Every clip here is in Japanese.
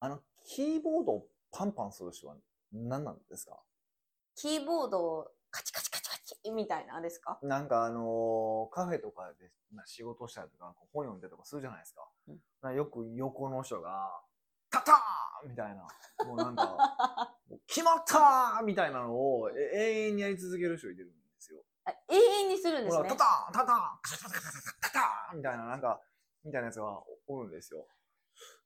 あの、キーボードをパンパンする人は何なんですかキーボードをカチカチカチカチみたいなですかなんかあのーカフェとかでまあ仕事したりとか、こう本読んでとかするじゃないですか。うんなんかよく横の人が、タターンみたいな、もうなんか、 あもう決まったーみたいなのをえ永遠にやり続ける人いてるんですよ。永遠にするんでほすら、ねタ。タン、タタン、カタカタカタカタカタンみたいな、なんか、みたいなやつがおおるんですよ。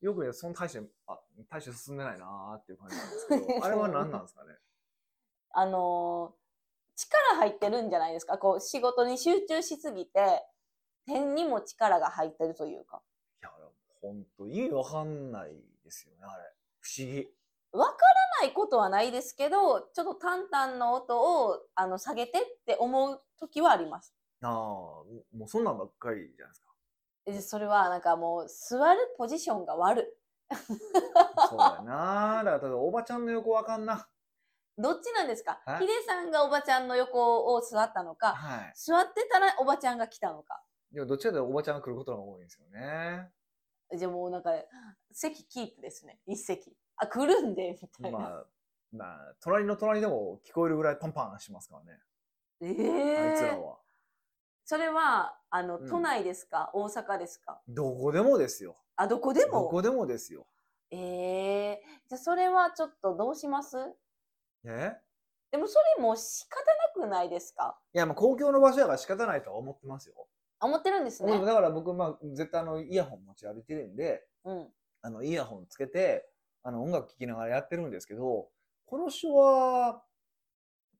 よくね、その大して、あ、大して進んでないなーっていう感じなんですけ ど、あれは何なんですかね。あのー力入ってるんじゃないですかこう仕事に集中しすぎて点にも力が入ってるというかいや、ほんと、意味わかんないですよね、あれ。不思議。わからないことはないですけどちょっとタンタンの音をあの下げてって思う時はあります。なあ、もうそんなんばっかりじゃない ですえそれはなんかもう座るポジションが悪いか。そうだよな。だから、おばちゃんの横わかんな。どっちなんですかえヒデさんがおばちゃんの横を座ったのか、はい。座ってたらおばちゃんが来たのか。でも、どっちかというとおばちゃんが来ることが多いんですよね。じゃあもうなんか、席キープですね。一席。あ、来るんで、みたいな。まあ、まあ、隣の隣でも聞こえるぐらいパンパンしますからね。えあいつえらは。それは、あの、うん都内ですか、大阪ですかどこでもですよ。あ、どこでどもこでもですよ。ええじゃあそれはちょっとどうしますえでもそれも仕方なくないですかいや、まあ、公共の場所やから仕方ないとは思ってますよ。あ思ってるんですでもね。だから僕、まあ、絶対あの、イヤホン持ち歩いてるんで、うん。あの、イヤホンつけて、あの、音楽聴きながらやってるんですけど、この人は、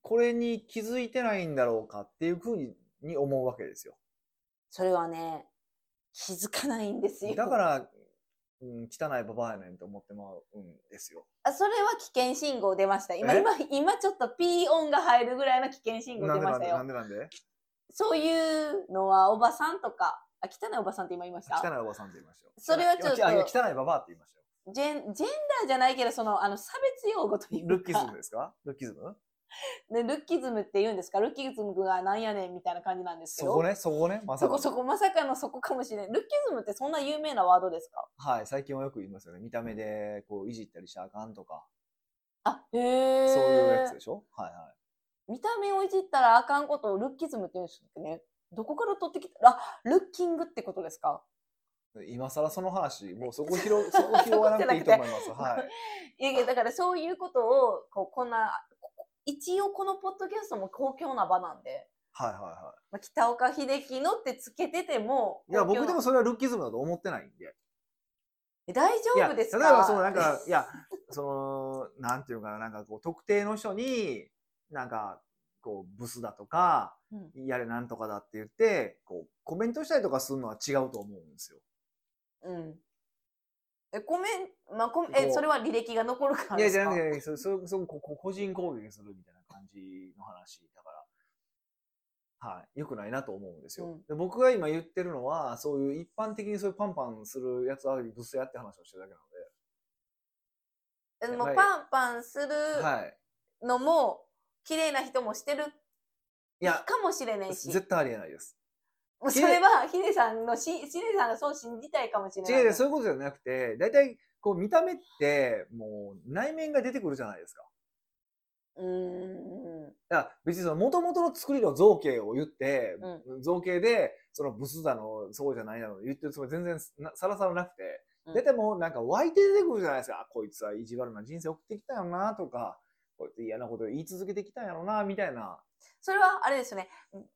これに気づいてないんだろうかっていうふうにに思うわけです よ。それはね、気づかないんですよ。だから、うん、汚いババアやねんと思ってまうんです よ。あそれは危険信号出ました。今、え今、今ちょっとピー音が入るぐらいの危険信号なん出でまなしんたでなよん。でなんでそういうのはおばさんとか、あ、汚いおばさんって今言いました汚いおばさんって言いましたよ。それはちょっといやいや汚いババアって言いま したよ。ジェンジェンダーじゃないけど、その、あの、差別用語というか。ルッキズムですかルッキズムねルッキズムって言うんですかルッキズムがなんやねんみたいな感じなんですけそど。こね、そこね、まさそかこのそこ、まさかのそこかもしれない。ルッキズムってそんな有名なワードですかはい、最近はよく言いますよね。見た目で、こう、いじったりしちゃあかんとか、あ、へそうえ。いうやつでしょはいはい。見た目をいじったらあかんことをルッキズムって言うんですよね。どこから取ってきたあ、ルッキングってことですか今更その話、もうそこ広、 そこ広がらなくていいと思います。はい。いやいやだからそういうことをこうこんなここ一応このポッドキャストも公共な場なんで、はいはいはまあ、北岡秀樹のってつけててもい。いや、公僕共なでもそれはルッキズムだと思ってないんで。え大い丈や、夫例でえすかばそのなんか、いや、その、なんていうかな、なんかこう、特定の人に、なんか、こう、ブスだとか、うんやれなんとかだって言って、こう、コメントしたりとかするのは違うと思うんですよ。うんえコメンまあコメえこうそれは履歴が残るからいや、ですじかゃなくて、そそそここ個人攻撃するみたいな感じの話だから、はい、良くないなと思うんですよ、うんで。僕が今言ってるのは、そういう一般的にそういうパンパンするやつはブスやって話をしてるだけなえもはういパンパンするので、はい。のも綺麗な人もしてるいや、かもしれないし絶対ありえないです。もうそれはヒデさんのしヒデさんがそう信じたいかもしれない違う違う、そういうことじゃなくて、大体、こう見た目って、もう内面が出てくるじゃないですか。うーんだから別にその元々の作りの造形を言って、造形でそのブスだのそうじゃないだの言ってるつもり全然なさらさらなくて、うん大体もうなんか湧いて出てくるじゃないですかあこいつは意地悪な人生送ってきたよなとかこいつ嫌なこと言い続けてきたんやろなみたいなそれはあれですね。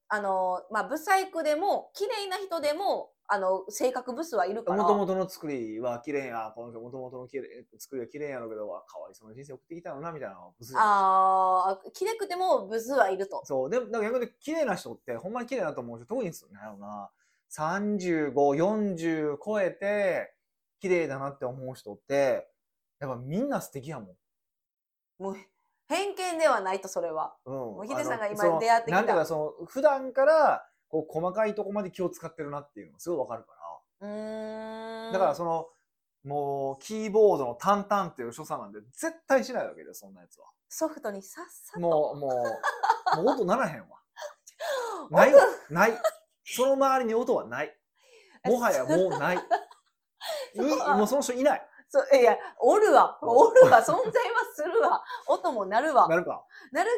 あの、まあ、ブサイクでも、綺麗な人でも、あの、性格ブスはいるか元ら。々の作りは綺麗やこの人元々の綺麗作りは綺麗やろうけどわかわいそうな人生送ってきたよなみたいなのがブスじゃないああ、綺麗くてもブスはいると。そうでもなんか逆に綺麗な人ってほんまに綺麗だと思う人特にそうなんやろな3540超えて綺麗だなって思う人ってやっぱみんな素敵やもん。もう、偏見ではないと、それは。う、うんヒデさんがあの今その出会ってきたなんていうかその普段からこう細かいとこまで気を使ってるなっていうのがすごいわかるかうーら、ん。だからそのもうキーボードの淡々っていう所作なんで絶対しないわけですそんなやつはソフトにさっさと。もうもう もう音ならへんわ音ないわないその周りに音はないもはやもうない そこはいもうその人いないそういや、おるわ。おるわ。存在はす るわ。音も鳴るわ。ななるるか。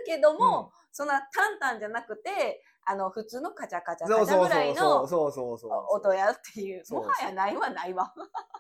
けどうも、んそんなタンタンじゃなくて、あの、普通のカチャカチャそカうチャそうぐらそいうそのうそうそうそう音やっていう。そうもそうはやないはないわ。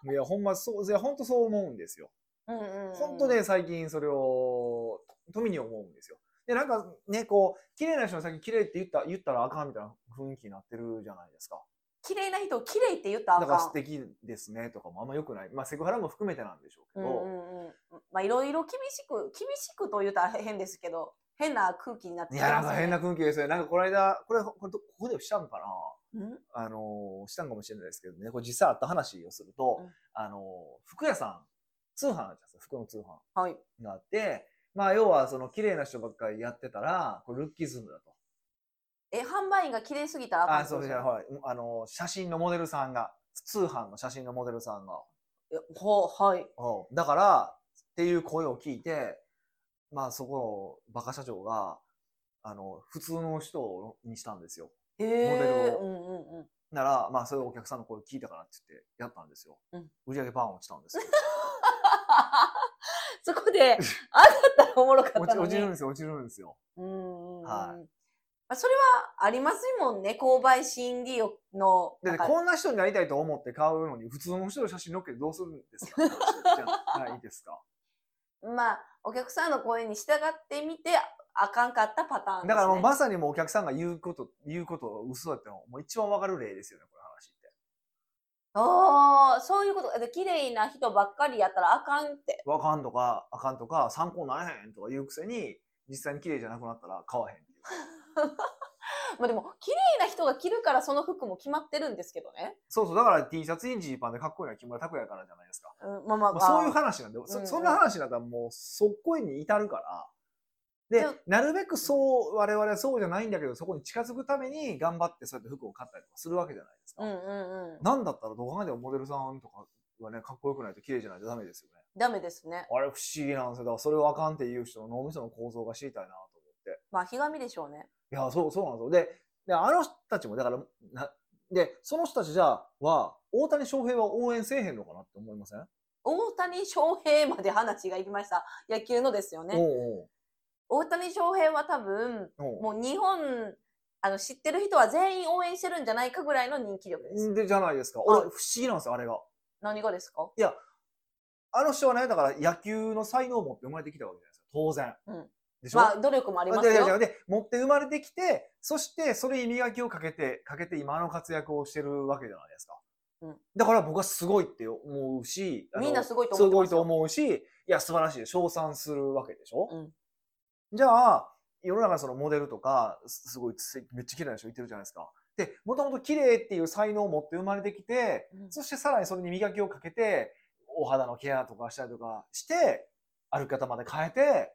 いやほんまそういやほんとそう思うんですよ。うんうんうん本当。ね最近それを富に思うんですよ。でなんかねこう綺麗な人の先綺麗って言った言ったらあかんみたいな雰囲気になってるじゃないですか。綺麗な人を綺麗って言ったらあだからか素ん。敵ですねとかもあんま良くない。まあセクハラも含めてなんでしょうけうど、んうんうん。まあ、いろいろ厳しく、厳しくと言うたら変ですけど、変な空気になっていきやなんますかよ変なね。空気ですよね。なんかこの間これこれどここでしたんかな。うんあのーしたんかもしれないですけどね、これ実際あった話をすると、うんあのー服屋さん、通販あるじゃないですか、服の通販はい。があって、まあ要はその綺麗な人ばっかりやってたら、これルッキズムだと。え、販売員が綺麗すぎたらああかんってそこうでとですすね、よね。はい。あのー写真のモデルさんが、通販の写真のモデルさんが。えほう、はい。うんだから、っていう声を聞いて、まあそこのバカ社長が、あの、普通の人にしたんですよ。えデルをうんうん うん。なら、まあそういうお客さんの声を聞いたからって言ってやったんですよ。うん売り上げバーン落ちたんですよ。そ こで、あなたらおもろかっ落たちの落に。ちるんうですよ、落ちるんですよ。んうんうん。はいまあそれはありますもんね、購買心理欲の。だってなんかこんな人になりたいと思って買うのに普通の人の写真載っけてどうするんですかじゃないですか。まあ、お客さんの声に従ってみて、あかんかったパターンです、ね。だからもうまさにもうお客さんが言うこと、言うこと嘘だってのもう一番わかる例ですよね、この話って。おーそういうこと。で綺麗な人ばっかりやったらあかんって。わかんとか、あかんとか、参考ならへんとか言うくせに、実際に綺麗じゃなくなったら買わへんっていう。まあでも、綺麗な人が着るからその服も決まってるんですけどね。そうそう、だから T シャツにジーパンでかっこいいのは木村拓哉からじゃないですか。うん、まあまあままあ、あ。そういう話なんで、うんうそんそんな話だったらもう速攻に至るから。じでゃあ、なるべくそう、我々はそうじゃないんだけど、そこに近づくために頑張ってそうやって服を買ったりとかするわけじゃないですか。うんうんうん。なんだったらどこまでもモデルさんとかはね、かっこよくないと綺麗じゃないとダメですよね。ダメですね。あれ不思議なんですよ。だからそれをあかんっていう人の脳みその構造が知りたいなと思って。まあ、ひがみでしょうね。いや、そう、そうなんですよ。で、であの人たちも、だから、なで、その人たちじゃあは、大谷翔平は応援せえへんのかなって思いません、大谷翔平まで話が行きました。野球のですよね。おう大谷翔平は多分、おうおうもう日本、あの、知ってる人は全員応援してるんじゃないかぐらいの人気力です。で、じゃないですか。はい俺、不思議なんですよ、あれが。何がですかあの人はね、だから野球の才能を持って生まれてきたわけじゃないですか。当然。うんでしょ、まあ、努力もありますででよ。でで持って生まれてきて、そしてそれに磨きをかけて、かけて今の活躍をしてるわけじゃないですか。うんだから僕はすごいって思うし、あのみんなすごいとす思ってごまいすとよ。思うし、いや、素晴らしい。称賛するわけでしょ、うんじゃあ、世の中のそのモデルとか、すすごいつ、めっちゃ綺麗な人いてるじゃないですか。で、もともと綺麗っていう才能を持って生まれてきて、うんそしてさらにそれに磨きをかけて、お肌のケアとかしたりとかして、歩き方まで変えて、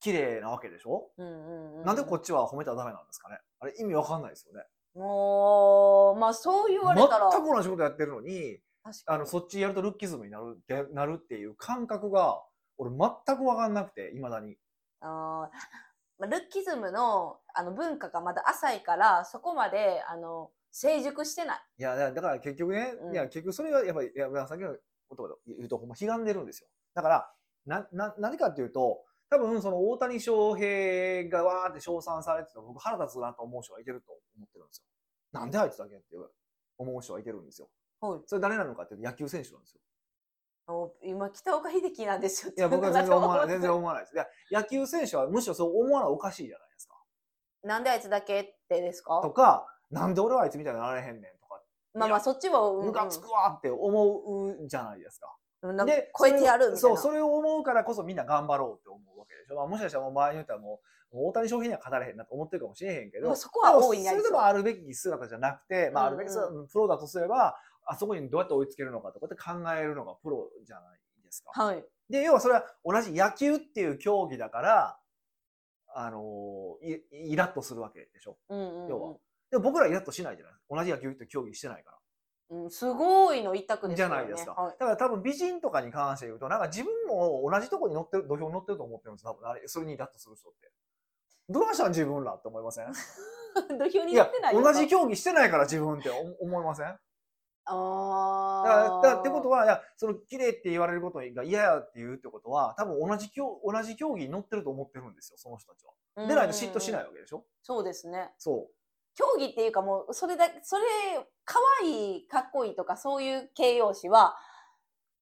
綺麗なわけでしょうんうんうなんでこっちは褒めたらダメなんですかねあれ意味わかんないですよね。もう、まあ、そう言われたら。全く同じことやってるのに、確あかにの、そっちやるとルッキズムになる、でなるっていう感覚が、俺全くわかんなくて、未だに。あーまあルッキズムのあの文化がまだ浅いから、そこまであの成熟してない。いや、だだから結局ね、うんいや、結局それはやっぱり、いや、さっきの言葉で言うと、ほんま、悲願でるんですよ。だから、な、な、何かっていうと、多分、その大谷翔平がわーって称賛されてても、僕腹立つなと思う人がいてると思ってるんですよ。なんであいつだけって思う人がいてるんですよ。はいそれ誰なのかっていうと、野球選手なん ですよ。もう今、北岡秀樹なんですよ。いや、僕は全然思わない、全然い。思わないです。いや、野球選手はむしろそう思わないおかしいじゃないですか。なんであいつだけってですとかか、なんで俺はあいつみたいになられへんねんとか、まあまあ、そっちは、うんうんムカつくわって思うじゃないですか。うんなんかで、超えてやるみたいな。それをそう、それを思うからこそみんな頑張ろうって思うわけでしょ。まあ、もしかしたらもう場合によってはもう、もう大谷翔平には勝たれへんなと思ってるかもしれへんけど、まあそこは大いでなもそれりそうでもあるべき姿じゃなくて、まあ、あうんうるんべき姿、プロだとすれば、あそこにどうやって追いつけるのかとかって考えるのがプロじゃないですか。はい。で、要はそれは同じ野球っていう競技だから、あのい、イラッとするわけでしょ。うんうんうん要はでも僕らイラッとしないじゃない同じ野球っていう競技してないから。うん、すごいの一択ですじゃよね。ないですか。はい だから多分美人とかに関して言うと、なんか自分も同じとこに乗ってる、土俵に乗ってると思ってるんですよ。多分あれ、それにイラッとする人って。どうしたん自分らって思いません土俵にい乗やってない、ですか同じ競技してないから自分って思思いませんあだあ。からだからってことは、いやその綺麗って言われることが嫌やって言うってことは、多分同じ競同じ競技に乗ってると思ってるんですよ、その人たちは。はでないと嫉妬しないい。わけでしょ。そうですね。そ競技っていうかもう、それだ、それ、可愛い、かっこいいとか、そういう形容詞は、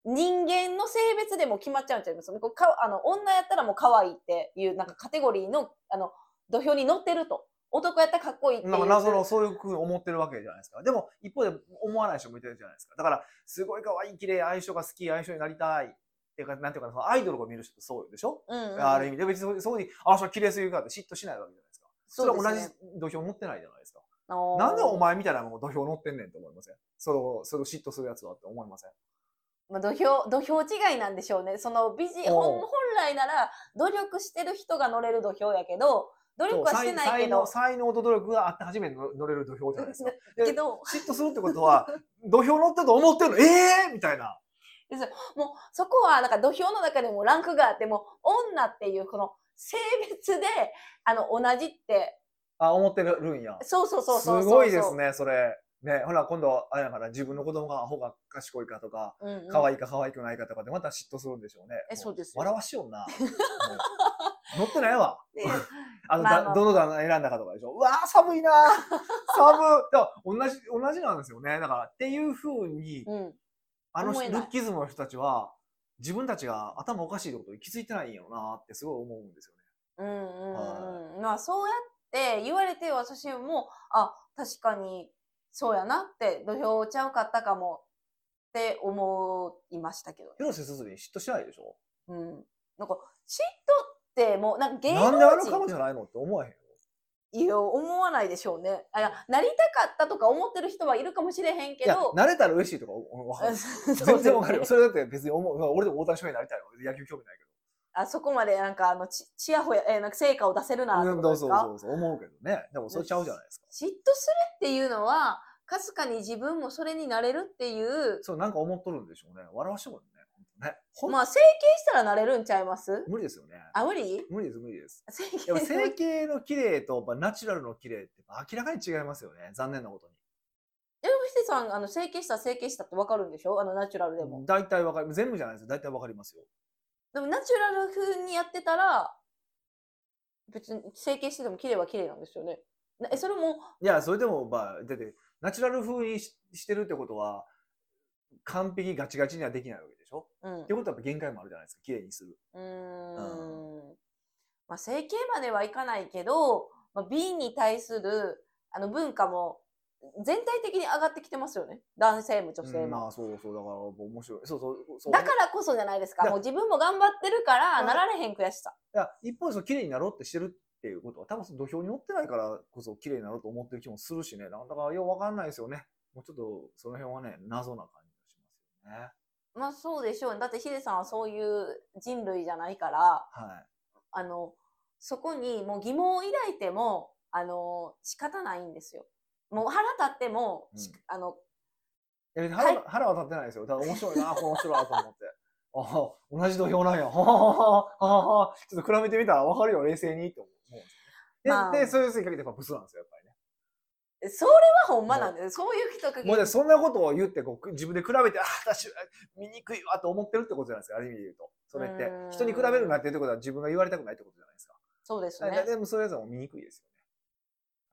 人間の性別でも決まっちゃうんちゃいますこうかあの女やったらもう可愛いっていう、なんかカテゴリーの、あの、土俵に乗ってると。男やったらかっこいいってう。いなう。んか謎のそういうふうに思ってるわけじゃないですか。でも一方で思わない人もいてるじゃないですか。だからすごい可愛い綺麗相性が好き相性になりたいっていうかなんていうかなそのアイドルを見る人ってそうでしょ。うんうん、ある意味で別にそこにあそれ綺麗すぎるからって嫉妬しないわけじゃないですか。それうはです同ねじ土俵に乗ってないじゃないですか。あーなんでお前みたいなもの土俵乗ってんねんと思いません。それをそれを嫉妬するやつはって思いません。まあ、土俵土俵違いなんでしょうねその美人おう本本来なら努力してる人が乗れる土俵やけど努力はしてないけどそう才才能才能と努力があって初めて乗れる土俵じゃないですか。でけど嫉妬するってことは土俵乗ってると思ってるのええー、みたいな。もうそこはなんか土俵の中でもランクがあっても女っていうこの性別であの同じってあ思ってるんや。そうそうそうそうそうすごいです、ねそれ。ねほら今度あれだから自分の子供がアホが賢いかとかうんうん、可い愛いか可愛くないかとかでまた嫉妬するんでしょうね。えそうですよ笑わし ような。もう乗ってないわ。あの、まあだまあどの段選んだかとかでしょ。うわー、寒いなー寒いだから同じ、同じなんですよね。だから、っていうふうに、うん、あの思ルえないッキズムの人たちは、自分たちが頭おかしいってことに気づいてないんやろうなってすごい思うんですよね。うんうんうん、まあそうやって言われて私もあ確かにそうやなって土俵ちゃうかったかもって思いましたけど、広瀬すずに嫉妬しないでしょうん、なんか嫉妬ってもうなんか芸なんであの能彼人女じゃないのって思わへんよ。いや思わないでしょうねあいやなりたかったとか思ってる人はいるかもしれへんけいや、ど慣れたら嬉しいとか、おわかる。 全然わかるよ。それだって別に思う。俺でも大谷翔平になりたいの。野球興味ないけど。あそこまでなんかあのちちやほや、えーなんか成果を出せるなってうこんとそうそですうかそうそう、思うけどね。でもそれちゃうじゃないですか。嫉妬するっていうのはかすかに自分もそれになれるっていうそう、なんか思っとるんでしょうね。笑わしてもね。本当ね。ほんまあ整形したらなれるんちゃいます無理ですよね。あ無理無理です、無理です。整やっぱ形整形の綺麗とやっぱナチュラルの綺麗って明らかに違いますよね。残念なことえひてさんあの整形したら整形したってわかるんでしょあのナチュラルでも、に。大体わかる。全部じゃないですよ。大体わかりますよ。でもナチュラル風にやってたら別に整形してても綺麗は綺麗なんですよねなえそれもいや、それでも、まあ、だって、ナチュラル風にししてるってことは、完璧ガチガチにはできないわけでしょ。うんってことはやっぱ限界もあるじゃないですか。綺麗にする。うーんまあ整形まではいかないけど、まあ、美に対するあの文化も全体的に上がってきてますよね男性も女性も、うんまあ、そうそう。だから、面白い。そうそう。そうだからこそじゃないですかだもう自分も頑張ってるからうんなられへん悔しさいや一方でその綺麗になろうってしてるっていうことは多分その土俵に乗ってないからこそ綺麗になろうと思ってる気もするしねなんだかようわかんないですよねもうちょっとその辺はね謎な感じがしますよねまあそうでしょうねだってヒデさんはそういう人類じゃないからはいあのそこにもう疑問を抱いてもあの仕方ないんですよ。もう腹立っても、しうんあのいや別には腹いは腹は立ってないですよただ面白 いなこの人らと思ってああ同じ土俵なんやはははははははちょっと比べてみたらわかるよ冷静にって思うんですよねで,、まあでそういう性格でやっぱブスなんですよやっぱりねそれはほんまなんですそういう人がもうねそんなことを言ってこう自分で比べてあ私醜いわと思ってるってことじゃないですかある意味で言うとそれっうてーん人に比べるなっていうってことは自分が言われたくないってことじゃないですかそうですだねでもそういうやつはもう醜いです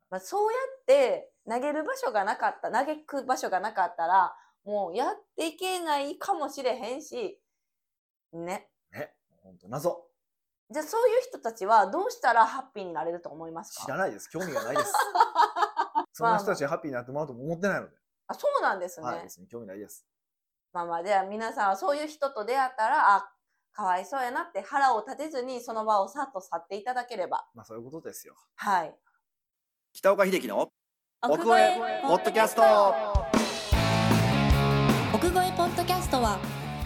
まあ、そうやって投げる場所がなかった投げく場所がなかったらもうやっていけないかもしれへんしよねね。ね。本当謎。じゃあそういう人たちはどうしたらハッピーになれると思いますか知らないです。興味がない です。そんな人たちにハッピーになってもらうとも思ってないので。あそうなんですね、はい。別に興味ないです。まあまあでは皆さんはそういう人と出会ったらあかわいそうやなって腹を立てずにその場をさっと去っていただければまあそういうことですよ。はい北岡秀樹の奥越えポッドキャスト奥越えポッドキャストは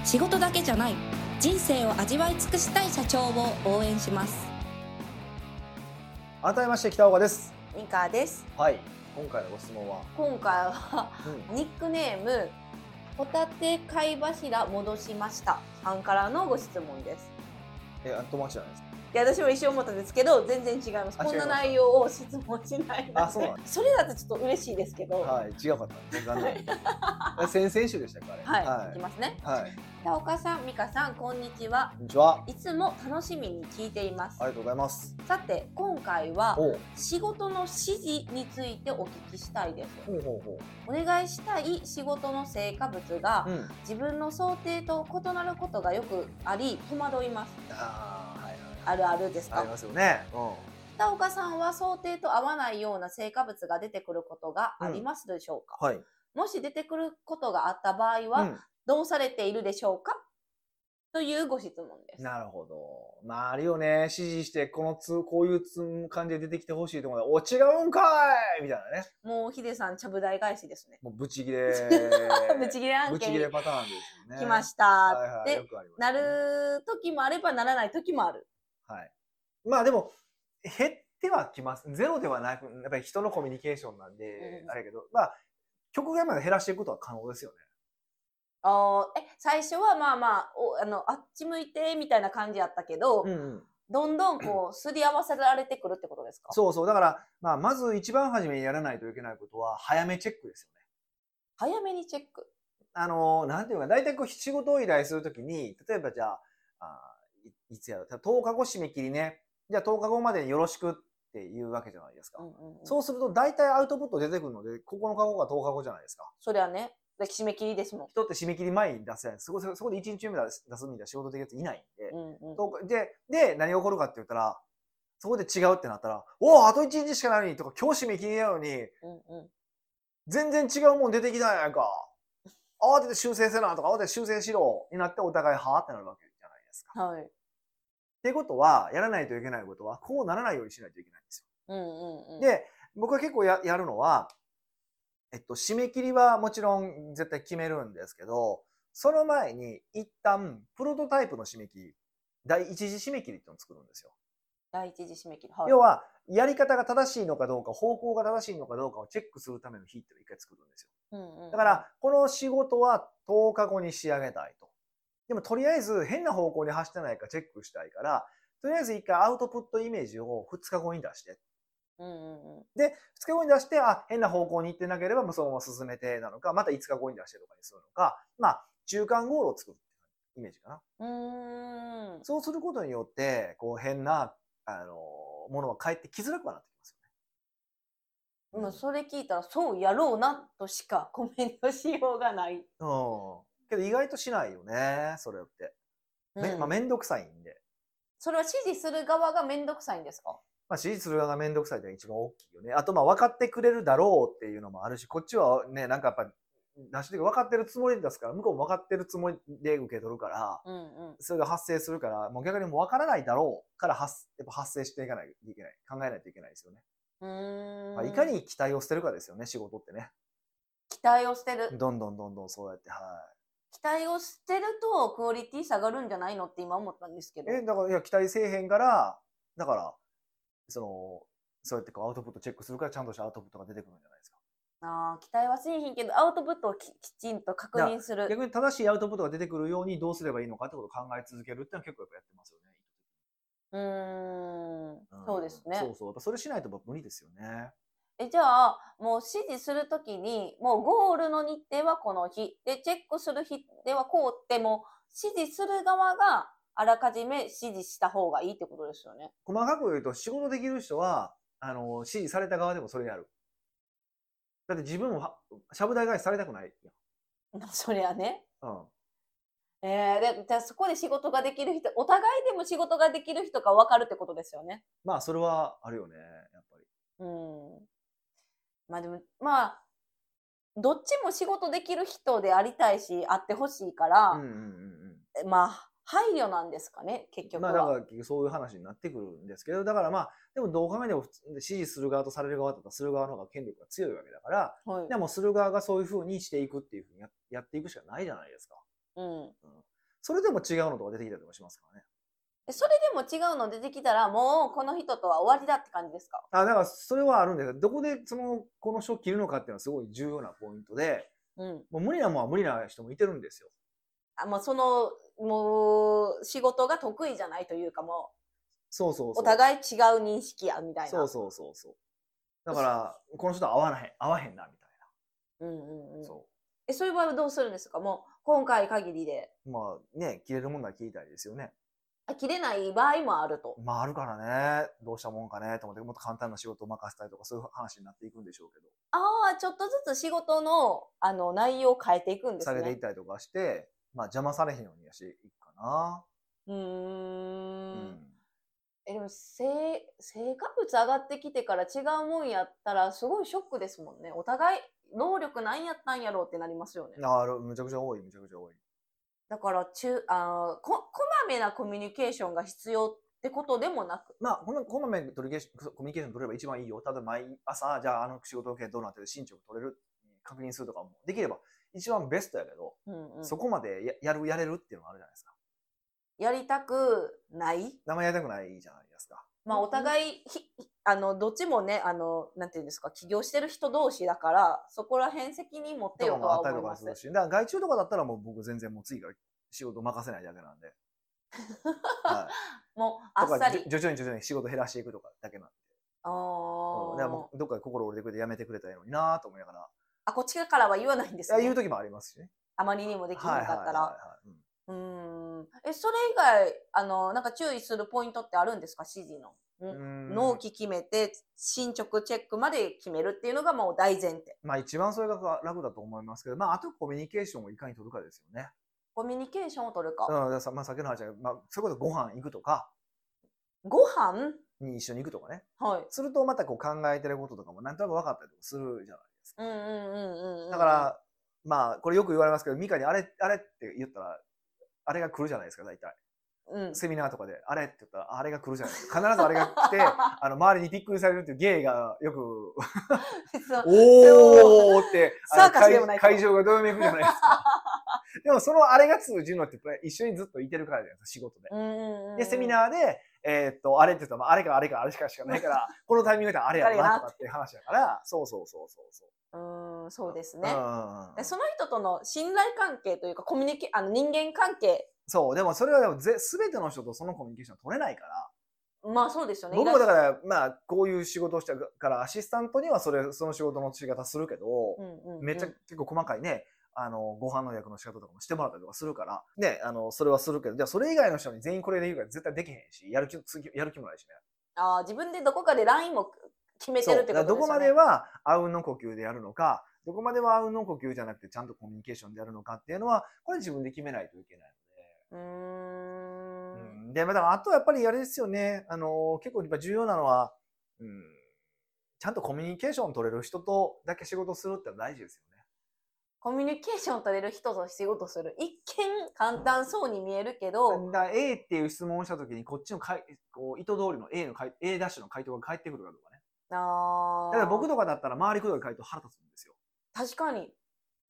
仕事だけじゃない人生を味わい尽くしたい社長を応援します改めまして北岡です。ミカですはい。今回のご質問は、今回はうんニックネームホタテ貝柱戻しましたさんからのご質問ですえ、あ友達じゃないですか。や私も一生思ったんですけど全然違いますあこんな違います内容を質問しないあそうなんそれだとちょっと嬉しいですけどははい、違うかった。残念。先々週でしたっけあれ。い、い、きますねはい。はい。じゃあ岡さん美香さんこんにちはこんにちは。いつも楽しみに聞いていますありがとうございます。さて今回はおう。仕事の指示についてお聞きしたいですほうほうほお願いしたい仕事の成果物がう。うん。自分の想定と異なることがよくあり戸惑いますああ、はいはい。あるあるですあかりますよね。うん。北岡さんは想定と合わないような成果物が出てくることがありますでしょうか、はい。もし出てくることがあった場合は、うどうされているでしょうかというご質問でん。す。なるほど。まあ、あるよね。指示して、このつ、こういうつ感じで出てきてほしいと思うお、違うんかいみたいなね。もうヒデさん、ちゃぶ台返しですね。。もう、 ブチギレぶちギ切れ案ブチ件ギにレパターンですよね。来まししたはいっはい。よてくありますなねる時もあればならない時もある。はい。まあでも、減ってはきます。ゼロではなく、やっぱり人のコミュニケーションなんで、うんあれやけど、まあ、極限まで減らしていくことは可能ですよね。あーえ最初はまあまあおあのあっち向いてみたいな感じやったけど、ん、うん。どんどんこうすり合わせられてくるってことですかそうそう。だから、まあ、まず一番初めにやらないといけないことは、早めチェックですよね。早めにチェック。あの、なんていうか、大体こう、仕事を依頼するときに、例えばじゃあ、あいいつやろう、た10日後締め切りね。じゃあ10日後までによろしくっていうわけじゃないですか。うんうんうんそうすると、大体アウトプット出てくるので、9日後か10日後じゃないですか。それはね、だ締め切りですもん。人って締め切り前に出せない。そこそこそこで1日目出す出すみたいな仕事的なやついないんでう。んうんとで、で、何が起こるかって言ったら、そこで違うってなったら、おお、あと1日しかないのにとか、今日締め切りなのに、うんうん全然違うもん出てきたやんか。慌てて修正せなとか、慌てて修正しろになってお互いはあってなるわけじゃないですか。っはい。てことは、やらないといけないことは、こうならないようにしないといけないんですうんうんうよ。、ん。で、僕は結構ややるのは、えっと、締め切りはもちろん絶対決めるんですけど、その前に一旦プロトタイプの締め切り、第一次締め切りっていうのを作るんですよ。第一次締め切り。はい。要は、やり方が正しいのかどうか、方向が正しいのかどうかをチェックするための日っていうのを一回作るんですよ。うんうんうんだから、、この仕事は10日後に仕上げたいと。でも、とりあえず変な方向に走ってないかチェックしたいから、とりあえず一回アウトプットイメージを2日後に出して。うんうんうん。で、2日後に出して、あ、変な方向に行ってなければ、もうそのまま進めてなのか、また5日後に出してとかにするのか、まあ、中間ゴールを作るイメージかな。うーん。そうすることによって、こう、変な、あの、ものが返ってきづらくはなってきますよね。もうそれ聞いたら、そうやろうなとしかコメントしようがない。うん。けど意外としないよね、それって。め、うんまあ、めんどくさいんで。それは指示する側がめんどくさいんですかまあ、指示する側がめんどくさいってのが一番大きいよね。あと、まあ、分かってくれるだろうっていうのもあるし、こっちはね、なんかやっぱ、出して分かってるつもりで出すから、向こうも分かってるつもりで受け取るから、うんうん。それが発生するから、もう逆にもう分からないだろうから発、やっぱ発生していかないといけない。考えないといけないですよね。うーん。まあ、いかに期待を捨てるかですよね、仕事ってね。期待を捨てる。どんどんどんどんそうやって、はい。期待を捨てるとクオリティ下がるんじゃないのって今思ったんですけど。え、だから、いや、期待せえへんから、だから、その、そうやってこうアウトプットチェックするから、ちゃんとしたアウトプットが出てくるんじゃないですか。あー期待はせえへんけど、アウトプットをききちんと確認する。逆に正しいアウトプットが出てくるように、どうすればいいのかってことを考え続けるってのは結構やっぱやってますよね。うーんん。そうですね。そうそう。やっぱそれしないとやっぱ無理ですよね。えじゃあもう指示するときにもうゴールの日程はこの日でチェックする日ではこうってもう指示する側があらかじめ指示した方がいいってことですよね。 細かく言うと、仕事できる人は、あの、指示された側でもそれやる。だって自分もは、しゃぶ台返しされたくないやそりゃね。ん。うん。えー、でじゃあそこで仕事ができる人お互いでも仕事ができる人が分かるってことですよね。まあ、それはあるよね、やっぱり。うん。まあでもまあどっちも仕事できる人でありたいしあってほしいから、うんうんうんうん。まあ配慮なんですかね結局まは。あだから結局そういう話になってくるんですけど、だからまあ、でもどう考えても普通支持する側とされる側とかする側の方が権力が強いわけだから、はいでもする側がそういうふうにしていくっていうふうにややっていくしかないじゃないですか。うんそれでも違うのとか出てきたりとかしますからね。でそれでも違うの出てきたらもうこの人とは終わりだって感じですかあだからそれはあるんですけど、どこでその、この書を切るのかっていうのはすごい重要なポイントで、うん。もう無理なもんは無理な人もいてるんですよ。あまあそのもう仕事が得意じゃないというかもそうそうそう。お互い違う認識やみたいな。そうそうそうそう。だから、この人と合わない、合わへんな、みたいうんうんうな。ん。そえ、そういう場合はどうするんですかもう、今回限りで。う。まあね、切れるもんなら切りたいですよね。あ切れない場合もあると。まああるからね、どうしたもんかね、と思って、もっと簡単な仕事を任せたりとか、そういう話になっていくんでしょうけど。ああ、ちょっとずつ仕事の、あの、内容を変えていくんです下げていっね。たりとかして、まあ邪魔されへんようにやしていくかな。うー。。うんえ、でも、性、性格物上がってきてから違うもんやったら、すごいショックですもんね。お互い、能力なんやったんやろうってなりますよね。ある、むちゃくちゃ多い、むちゃくちゃ多い。だから、中、あーこ、こまめなコミュニケーションが必要ってことでもなく。まあ、この、こまめに取り消しコミュニケーション取れば一番いいよ。ただ毎朝、じゃああの仕事の件どうなってる、進捗取れる、確認するとかも、できれば一番ベストやけど、うんうん。そこまでややる、やれるっていうのがあるじゃないですか。やりたくない名前やりたくないじゃないですか。まあ、お互いひ、あの、どっちもね、あの、なんていうんですか、起業してる人同士だから、そこら辺責任持っとかてよともあはったり思といかますす。るし、だから外注とかだったらもう僕全然もう次から仕事任せないだけなんで。はもう、い、あとっかさじょり。徐々に徐々に仕事減 らしていくとかだけなんで。あうん、だからもーうどっかで心折れてくれてやめてくれたらいいのになぁと思い ながら。あ、こっちからは言わないんでいすやね。言う時もありますしね。あまりにもできなかっはいたら。はいはいはいうんうーん。え、それ以外、あの、なんか注意するポイントってあるんですか指示の。うーん納期決めて、進捗チェックまで決めるっていうのがもう大前提。まあ一番それが楽だと思いますけど、まああとコミュニケーションをいかに取るかですよね。コミュニケーションを取るうん、か。だからさまあ先の話だけど、まあそれこそご飯行くとか、ご飯に一緒に行くとかね。はい。するとまたこう考えてることとかもなんとなく分かったりとかするじゃないですか。うんうんうんうんうん。だから、まあこれよく言われますけど、ミカにあれ、あれって言ったら、あれが来るじゃないですか、大体。うん、セミナーとかで、あれって言ったら、あれが来るじゃないですか。必ずあれが来て、あの、周りにびっくりされるっていう芸がよく、 そうおー って、あのサーカスでもないけど会会場がどよめくじゃないです か。でもそのあれが通じるのって、一緒にずっといてるからじゃないですか、仕事で。うんうんうんで、セミナーで、えーっと、あれって言ったら、まあ、あれかあれかあれしかしかないから、このタイミングであれやろなとかっていう話だから、そうそうそうそうそうーん、そうですう。ねう。んでその人との信頼関係というか、コミュニケあの人間関係、そう、でもそれはでもぜ全ての人とそのコミュニケーションは取れないから、まあそうですよね。僕もだ意外から、とまあ、こういう仕事をしたから、アシスタントにはそれ、その仕事の仕方するけど、うんうんうんめっちゃ結構細かいね、あの、ご飯の役の仕方とかもしてもらったりとかするから、ね、あの、それはするけど、じゃあそれ以外の人に全員これできるから絶対できへんし、やる気、次やる気もないしね。あー自分でどこかでラインも決めてそうるっだてからことですよどね。こまでは、あうんの呼吸でやるのか、どこまではあうんの呼吸じゃなくて、ちゃんとコミュニケーションでやるのかっていうのは、これ自分で決めないといけない。うーんうん、で、まあだからあとはやっぱりあれですよね、あの、結構やっぱ重要なのは、うん、ちゃんとコミュニケーション取れる人とだけ仕事するってのは大事ですよね。コミュニケーション取れる人と仕事する。一見簡単そうに見えるけど、だから A っていう質問をしたときに、こっちのかいこう意図通りの A の回 A ダッシュの回答が返ってくるかどうかね。あだーから僕とかだったら、周りくどい回答腹立つんですよ。確かに。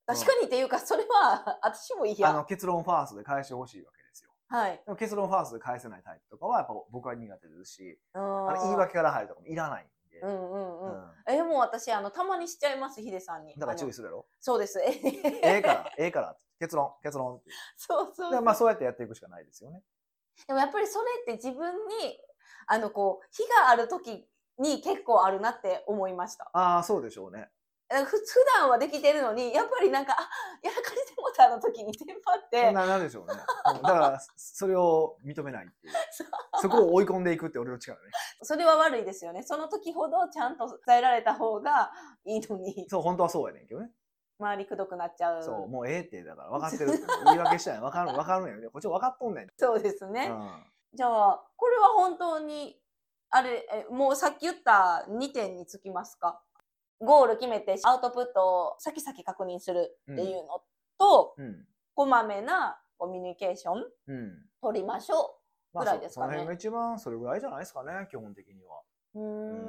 確かにっていうか、それは 私もあ嫌の。結論ファーストで返してほしいわけですよ。はい。でも結論ファーストで返せないタイプとかは、やっぱ僕は苦手ですし、ああのの言い訳から入るとかもいらないんで。ううんんうんうん。え、もう私、あの、たまにしちゃいます、ヒデさんに。だから注意あのするやろ。そうです。えへへ ええから、ええから、結論、結論って。そうそうだからまあそうやってやっていくしかないですよね。でもやっぱりそれって自分に、あの、こう、火がある時に結構あるなって思いました。ああ、そうでしょうね。えふ普段はできてるのに、やっぱりなんか、あ、やらかれてもたの時にテンパって、ななんでしょうね。うんだから、そ れを認めないっていう。そこを追い込んでいくって俺の力ね。それは悪いですよね。その時ほどちゃんと伝えられた方がいいのに、そう、本当はそうやねんけどね。周りくどくなっちゃう。そう、もうええって、だから分かってるって。言い訳したい。分かる、分かるんやよね。こっちも分かっとんねん。そうですね。うじゃあ、これは本当に、あれ、えもうさっき言った2点につきますか。ゴール決めてアウトプットを先々確認するっていうのと、ん。うん。こまめなコミュニケーションうん。取りましょまぐらあい、そですそかのね辺が一番それぐらいじゃないですかね、基本的には。う。う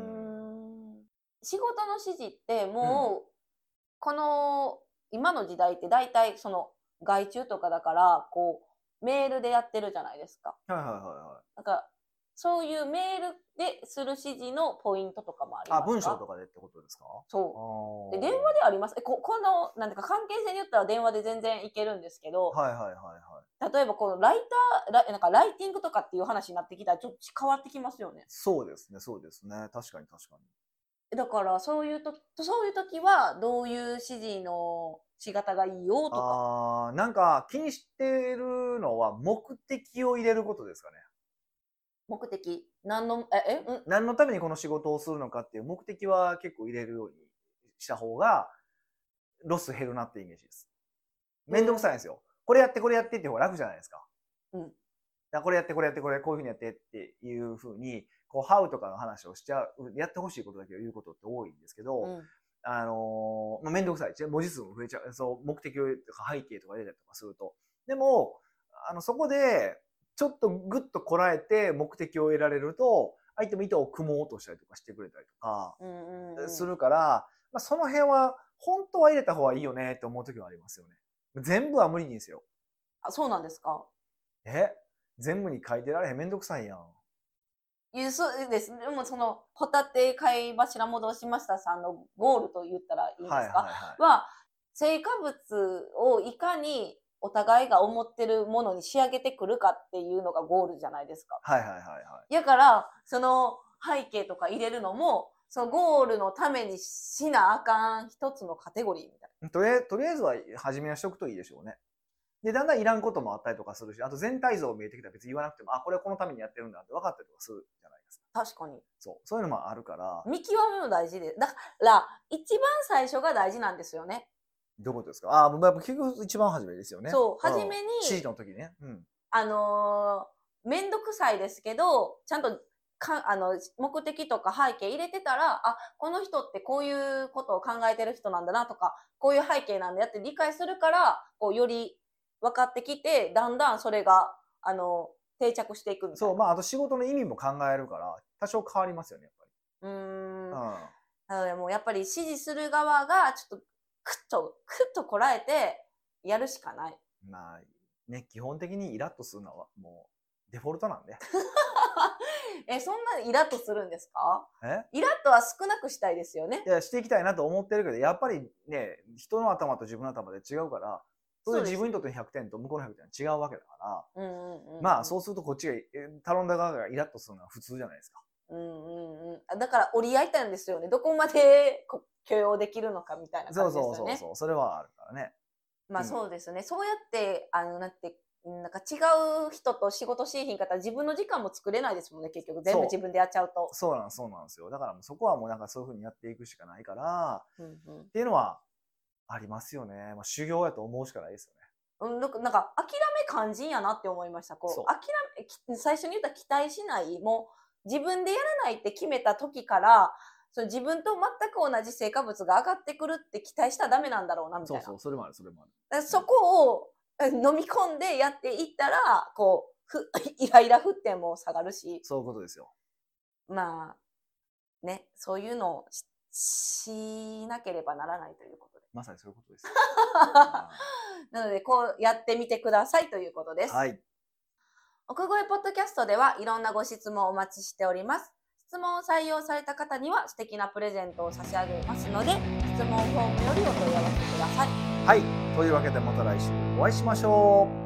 ーん。仕事の指示ってもう、この、今の時代って大体その外注とかだから、こう、メールでやってるじゃないですか。はいはいはいはい。なんか、そういうメールでする指示のポイントとかもありますあ、か文章とかでってことですかあそーう。で電話でありますえここのなんていうか関係性によっては電話で全然いけるんですけど、はいはいはいはい。例えばこのライターラなんかライティングとかっていう話になってきたらちょっと変わってきますよね。そうですね、そうですね。確かに確かに。だからそういうとそういう時はどういう指示の仕方がいいよとか。ああー、なんか気にしてるのは目的を入れることですかね。目的何のええうん何のためにこの仕事をするのかっていう目的は結構入れるようにした方が、ロス減るなってイメージです。めんどくさいんですよ。これやってこれやってって方が楽じゃないですか。うんだからこれやってこれやってこれこういうふうにやってっていうふうに、こう、ハウとかの話をしちゃう、やってほしいことだけを言うことって多いんですけど、うんあのーまあ、めんどくさい。じゃあ文字数も増えちゃう。そう、目的とか背景とか入れたりとかすると。でも、あの、そこで、ちょっとぐっとこらえて目的を得られると、相手も意図を組もうとしたりとかしてくれたりとか、うんうんうんするから、まあ、その辺は、本当は入れた方がいいよねって思う時はありますよね。全部は無理にですよ。あそうなんですかえ全部に書いてられへん。めんどくさいやん。いやそうですでもそのホタテ貝柱戻しましたさんのゴールと言ったらいいんですか、はいはいはい。は成果物をいかにお互いが思ってるものに仕上げてくるかっていうのがゴールじゃないですか。はいはいはいはい。やからその背景とか入れるのもそのゴールのためにしなあかん一つのカテゴリーみたいとりあえとりあえずは初めはしとくといいでしょうね。で、だんだんいらんこともあったりとかするし、あと全体像見えてきたら別に言わなくても、あ、これはこのためにやってるんだって分かったりとかするじゃないですか。な。確かに。そう。そういうのもあるから、見極めも大事で。だから、一番最初が大事なんですよね。どういうことですかあ、もうやっぱ結局一番初めですよね。そうん初めに指示の時ね。うん。あのー、めんどくさいですけど、ちゃんとかあの目的とか背景入れてたら、あ、この人ってこういうことを考えてる人なんだなとか、こういう背景なんだよって理解するから、こうより分かってきて、だんだんそれが、あの、定着していくみたいな。そう、まあ、あと仕事の意味も考えるから、多少変わりますよね、やっうーん。ぱなのでもうやっぱり指示する側が、ちょっと、くっと、くっとこらえて、やるしかない。り。うん。まあ、ね、基本的にイラッとするのはもうデフォルトなんで。え、そんなにイラッとするんですかえイラッとは少なくしたいですよねい。や、していきたいなと思ってるけど、やっぱりね、人の頭と自分の頭で違うから、それそうでです自分にとっての100点と向こうの100点は違うわけだから、うんうんうん、まあそうするとこっちが、え頼んだ側がイラッとするのは普通じゃないですか。うんうんうんあ、だから折り合いたいんですよね。どこまで こ許容できるのかみたいなそ感うじでそうすよそうね。そう、それはあるからね。まあうんそうですね。そうやって、あの、なって、なんか違う人と仕事しいひんかったら自分の時間も作れないですもんね、結局。全そう部自分でやっちゃうと。そうなんそうなんですよ。だからもうそこはもうなんかそういうふうにやっていくしかないから、うんうんっていうのはありますよね。まあ修行やと思うしかないですよね。うん、なんかなんか諦め肝心やなって思いました。そうこう、諦めき、最初に言った期待しないも、自分でやらないって決めた時から、その自分と全く同じ成果物が上がってくるって期待したらダメなんだろうな、みたいそうそな。う、それもある、それもある。だからそこをえ飲み込んでやっていったら、こう、ふ イライラ沸点も下がるし、そういうことですよ。まあ、ね、そういうのをししなければならないということで。 まさにそういうことです。なので、こうやってみてくださいということです。はい。奥越ポッドキャストではいろんなご質問をお待ちしております。質問を採用された方には素敵なプレゼントを差し上げますので、質問フォームよりお問い合わせください。はい。というわけでまた来週お会いしましょう。